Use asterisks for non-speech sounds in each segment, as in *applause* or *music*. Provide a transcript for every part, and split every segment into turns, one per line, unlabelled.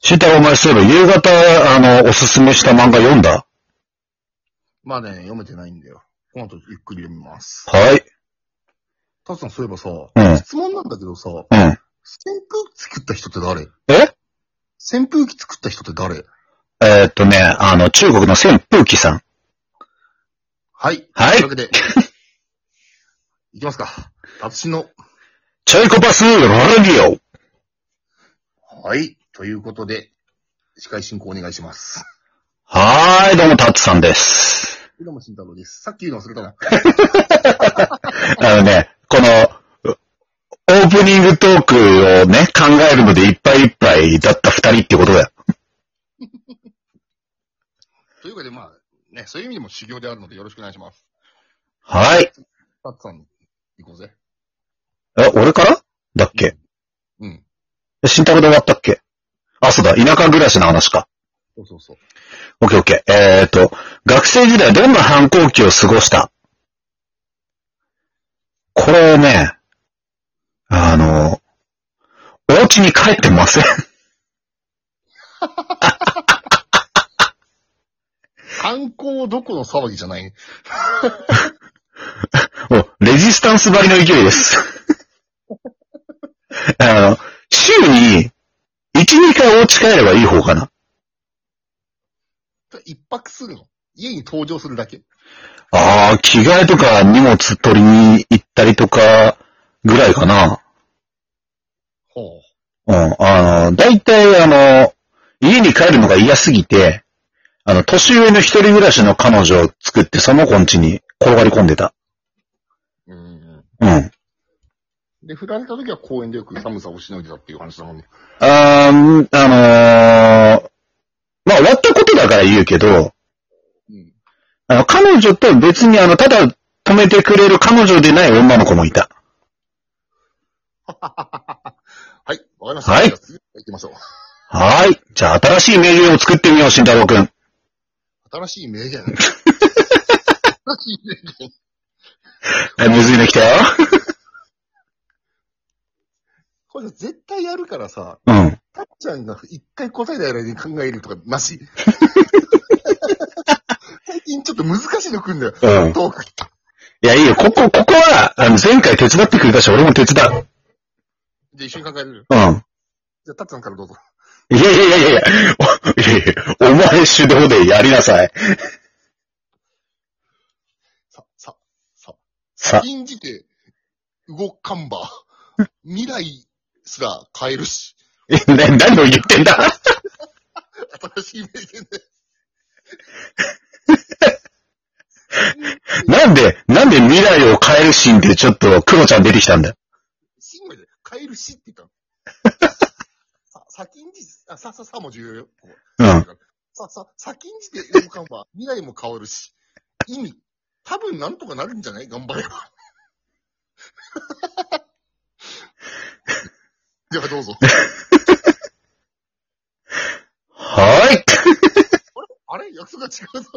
シータお前そういえば夕方、あの、おすすめした漫画読んだ
まあね、読めてないんだよ。この後ゆっくり読みます。
はい。
タツさん、そういえばさ、
うん
質問なんだけどさ、扇
うん。
風機作った人って誰
え
扇風機作った人って誰
えーっとね、あの、中国の扇風機さん。
はい。
はい
というわけで、いきますか。私の、
チャイコパスラディオ。
はい。ということで、司会進行お願いします。
はーい、どうも、タッツさんです。
どうも、慎太郎です。さっき言うの忘れたな。
あのね、この、うオープニングトークをね、考えるのでいっぱいいっぱいだった二人ってことだよ。
というわけで、まあ、ね、そういう意味でも修行であるのでよろしくお願いします。
はい。
タツさん、行こうぜ。
え、俺からだっけ
うん。
新太郎で終わったっけあ、そうだ、田舎暮らしの話か。
そうそうそう。
オッケーオッケー。えーっと、学生時代どんな反抗期を過ごしたこれね、あの、お家に帰ってません。 *laughs*
観光どこの騒ぎじゃない。
もう、レジスタンス張りの勢いです。 *laughs* あの、週に、1、2回お家帰ればいい方かな。
一泊するの。家に登場するだけ。
ああ、着替えとか荷物取りに行ったりとか、ぐらいかな。
ほ
う
う。
ん、あの、大体あの、家に帰るのが嫌すぎて、あの、年上の一人暮らしの彼女を作って、その子ん家に転がり込んでた。
うん。
うん。
で、振られた時は公園でよく寒さをしのいでたっていう話だもんね。
あーんあのーまあ、終わったことだから言うけど、
うん。
あの、彼女と別にあの、ただ止めてくれる彼女でない女の子もいた。
はい、わかりました。
はい
じゃあ次行きましょう。
はーい。じゃあ、新しい名言を作ってみよう、慎太郎くん。
新しい名言。新しい名言。
え、むずいの来たよ。
*laughs* これ絶対やるからさ、
うん。
たっちゃんが一回答えない間に考えるとかな *laughs* し。最近ちょっと難しいの来んだよ。
うん。
トーク。
いや、いいよ。ここ、ここは、あの、前回手伝ってくれたし、俺も手伝う。
じゃあ一緒に考えれる
うん。
じゃあ、たっちゃんからどうぞ。
いやいやいやいやいや、おいやいやお前主導でやりなさい。
さ、さ、さ。
さ、
禁じて、動かんば。未来すら変えるし。
ね、何を言ってんだ
新しい名言で。
なんで、なんで未来を変えるシーンでちょっとクロちゃん出てきたんだよ
シンまで変えるしって言ったの。
*laughs*
さ、先んじ、あ、さ、さ、さも重要よ。
うん。
さ、さ、先んじて動かんば。未来も変わるし。意味。多分なんとかなるんじゃない頑張
*laughs*
れば。じゃあどうぞ。
はーい。
あれ約束が違うぞ。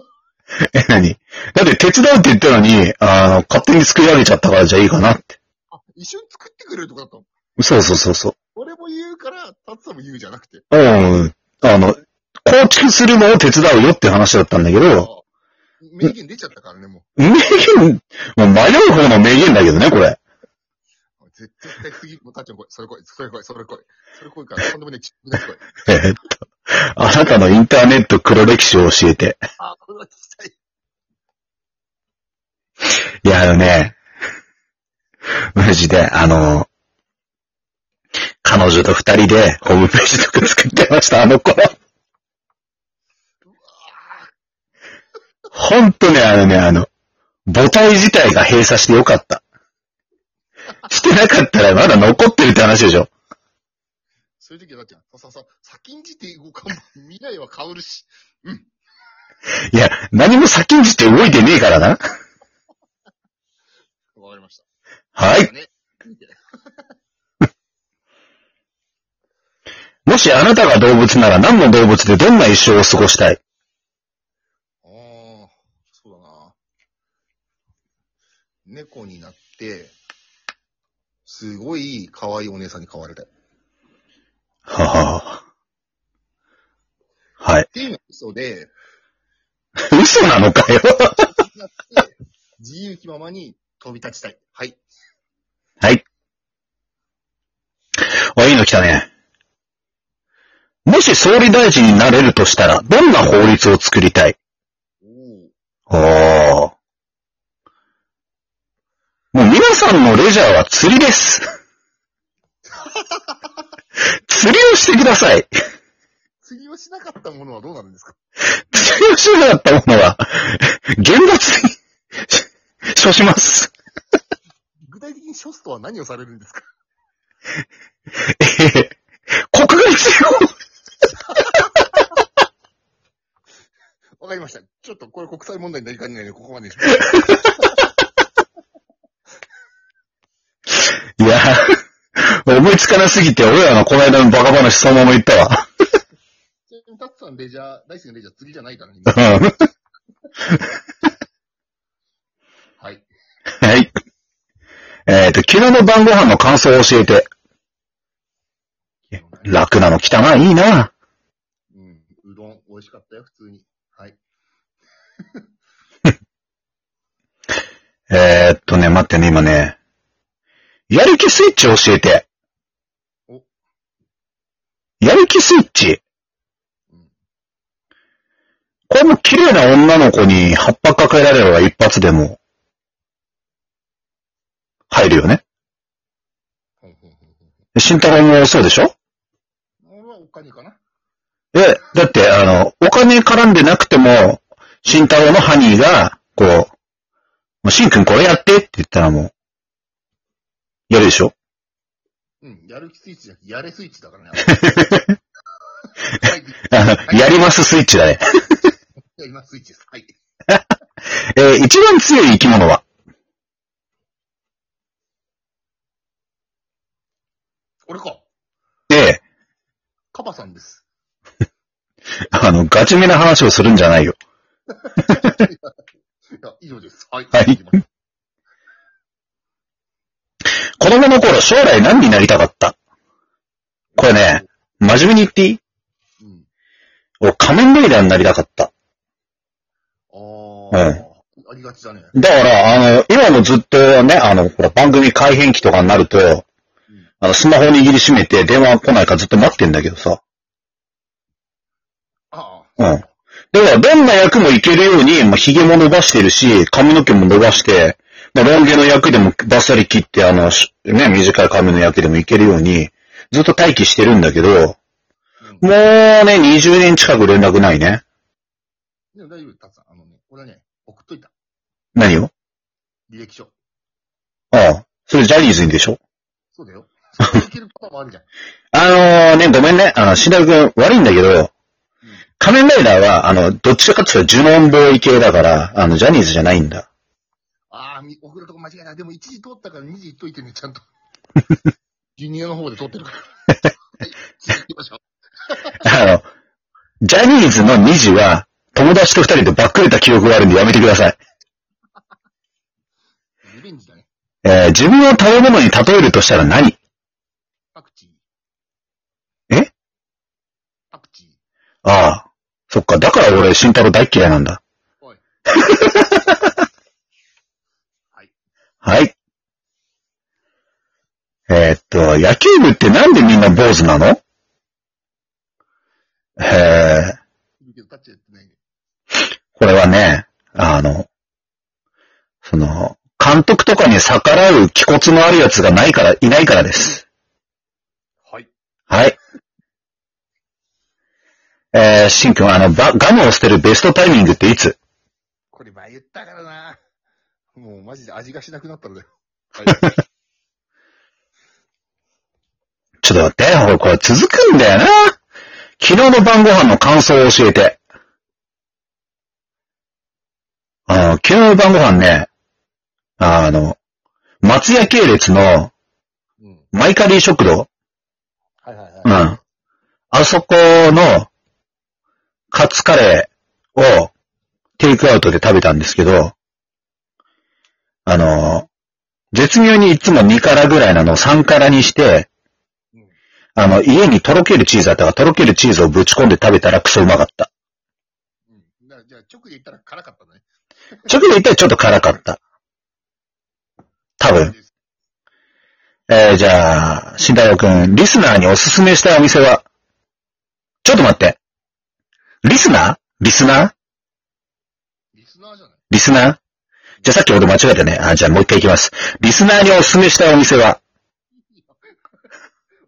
え、何だって手伝うって言ったのに、あの、勝手に作り上げちゃったからじゃあいいかなって。
あ、一緒に作ってくれるとかだったの
そうそうそうそう。
俺も言うから、タツさんも言うじゃなくて。
うん。あの、構築するのを手伝うよって話だったんだけど、
あ名言出ちゃったからね、も
名言、もう迷う方の名言だけどね、これ。
う。絶対次、もうタッちゃん来い。それ来い。それ来い。それ来い。それ来いから、とんでもねえ、ちっと来い。
えーっと、あなたのインターネット黒歴史を教えて。
あ、これは聞きたい。
いや、あのね、マジで、あの、彼女と二人でホームページとか作ってました、あの頃。ほんとね、あのね、あの、母体自体が閉鎖してよかった。してなかったらまだ残ってるって話でしょ。
そういう時はだって、さ、さ、さ、先んじて動かんば、未来は変わるし。
いや、何も先んじて動いてねえからな。
*laughs* わかりました。
はい。
ね。見て
もしあなたが動物なら何の動物でどんな一生を過ごしたい
ああ、そうだな。猫になって、すごい可愛いお姉さんに飼われたい。
はははい
っていうのは嘘で、
嘘なのかよ。 *laughs*
なって自由気ままに飛び立ちたい。はい。
はい。あ、いいの来たね。もし総理大臣になれるとしたら、どんな法律を作りたい
おー
おー。もう皆さんのレジャーは釣り *laughs* です。釣りをしてください。
釣りをしなかったものはどうなるんですか
釣りをしてなかったものは、厳罰に処します。
具体的に処すとは何をされるんですか
えー国外追放
*laughs* わかりました。ちょっとこれ国際問題になりかねないので、ここまでにします。
いや、思いつかなすぎて、俺らのこの間のバカ話そのまま言ったわ。
*laughs* ちなみに、タツさんレジャー、大好きなレジャー釣りじゃないから *laughs* ね。
うん
はい。
はい。えっ、と、昨日の晩ご飯の感想を教えて、楽なの来たな、いいな。
うん。うどん、美味しかったよ、普通に。はい。
えっとね、待ってね、今ね、やる気スイッチを教えて
お。
やる気スイッチ
うん。
これも綺麗な女の子に葉っぱかけられれば一発でも、入るよね。
ほんほんほん
慎太郎もそうでしょ
ほん。俺はお金かな
え、だって、あの、お金絡んでなくても、慎太郎のハニーが、こう、もうシンくんこれやってって言ったらもう、やるでしょ *laughs*
うん。やる気スイッチじゃなくて、やれスイッチだからね。はい。
あのやりますスイッチだね。
やりますスイッチです。はい。
えー一番強い生き物は
俺か。
で、
カバさんです。
あの、ガチめな話をするんじゃないよ。
いや、以上です。はい。
はい
行きます
子供の頃、将来何になりたかったこれね、真面目に言っていい
うん。
俺、仮面ライダーになりたかった。
ああ、ありがちだね。
だから、あの、今もずっとね、あの、ほら、番組改変期とかになると、あの、スマホ握りしめて電話来ないからずっと待ってんだけどさ。
ああ。
うん。だから、どんな役もいけるように、もう髭も伸ばしてるし、髪の毛も伸ばして、まあ、ロン毛の役でもバッサリ切って、あの、しね、短い髪の役でもいけるように、ずっと待機してるんだけど、
うん
もうね、20年近く連絡ないね。
でも大丈夫、タツさん。あのね、俺はね、送っといた。
何を
履歴書。
ああ、それジャニーズにでしょ
そうだよ。
*laughs*
それいけるパターンもあるじゃん。
あのね、ごめんね。あの、シダ君、悪いんだけど、仮面ライダーは、あの、どっちかっていうと呪文防衛系だから、あの、ジャニーズじゃないんだ。
ああ、み送るとこ間違えた。でも1時通ったから2時言っといてね、ちゃんと。ジュニアの方で通ってるから。はい、次行きましょう。
あの、ジャニーズの2時は、友達と2人でばっくれた記憶があるんでやめてください。
リベンジだね。
えー自分を食べ物に例えるとしたら何
パクチー。
え
パクチー。
ああ、そっか。だから俺、慎太郎大っ嫌いなんだ。
おい
はい
い。
はい。えーっと、野球部ってなんでみんな坊主なのえー、
いるけど、タッチやってないね。
これはね、あの、その、監督とかに逆らう気骨のあるやつがないから、いないからです。
はい。
はい。えー、しんくん、あの、ばガムを捨てるベストタイミングっていつ
これ前言ったからな。もうマジで味がしなくなったのだよ。はい。
ちょっと待って、俺これ続くんだよな。昨日の晩ご飯の感想を教えて。あの、昨日の晩ご飯ね、あの、松屋系列の
うん。
マイカリー食堂、
はいはいはい。
うん。あそこの、カツカレーをテイクアウトで食べたんですけど、あの、絶妙にいつも2辛ぐらいなのを3辛にして
うん、
あの、家にとろけるチーズあったから、とろけるチーズをぶち込んで食べたらクソうまかった。
うん。だからじゃあ、直で言ったら辛かったね。
直で言ったらちょっと辛かった。多分。
です
えー、じゃあ、慎太郎くん、リスナーにおすすめしたいお店はちょっと待って。リスナーリスナー
リスナーじゃない *laughs*
リスナーじゃあさっき俺間違えたね。あ、じゃあもう一回行きます。リスナーにおすすめしたいお店は、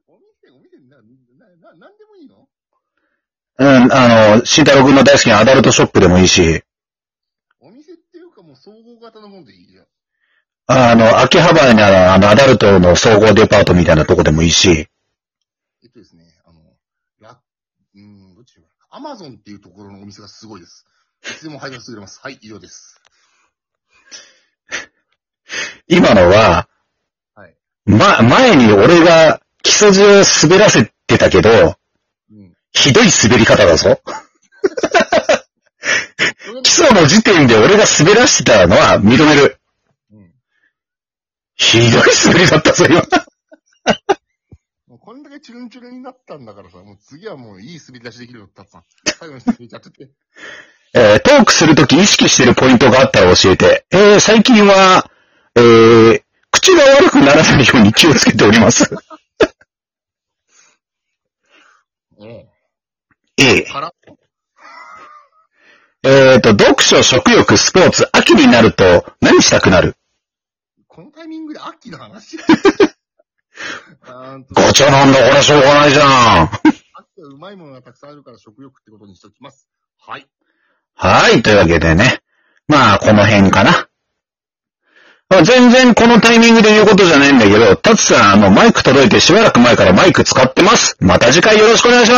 お店、お店な、な、な、なんでもいいの
うん、あの、慎太郎くんの大好きなアダルトショップでもいいし、
お店っていうかもう総合型のもんでいいよ。
あの、秋葉原にあるあの、アダルトの総合デパートみたいなとこでもいいし、
えっとですね、あの、ラ、うーん、どっちだろうアマゾンっていうところのお店がすごいです。いつでも配達してくれます。はい、以上です。
今のは、
はい
ま、前に俺が基礎地を滑らせてたけど、
うん。
ひどい滑り方だぞ。
それも
基礎の時点で俺が滑らしてたのは認める。
うん。
ひどい滑りだったぞ、今。
もうこれだけチュルンチュルンになったんだからさ、もう次はもういい滑り出しできるよ、たっさん。最後に滑りちゃってて。
えートークするとき意識してるポイントがあったら教えて。えー最近は、えー口が悪くならないように気をつけております。
*laughs* え
え
え。から
ええーと、読書、食欲、スポーツ、秋になると何したくなる
このタイミングで秋の *laughs* 話あーんと
ガチャなんだ、これしょうがないじゃん。
秋はうまいものがたくさんあるから食欲ってことにしときます。はい。
はい、というわけでね。まあ、この辺かな。まあ全然このタイミングで言うことじゃないんだけど、タツさん、あの、マイク届いてしばらく前からマイク使ってます。また次回よろしくお願いします。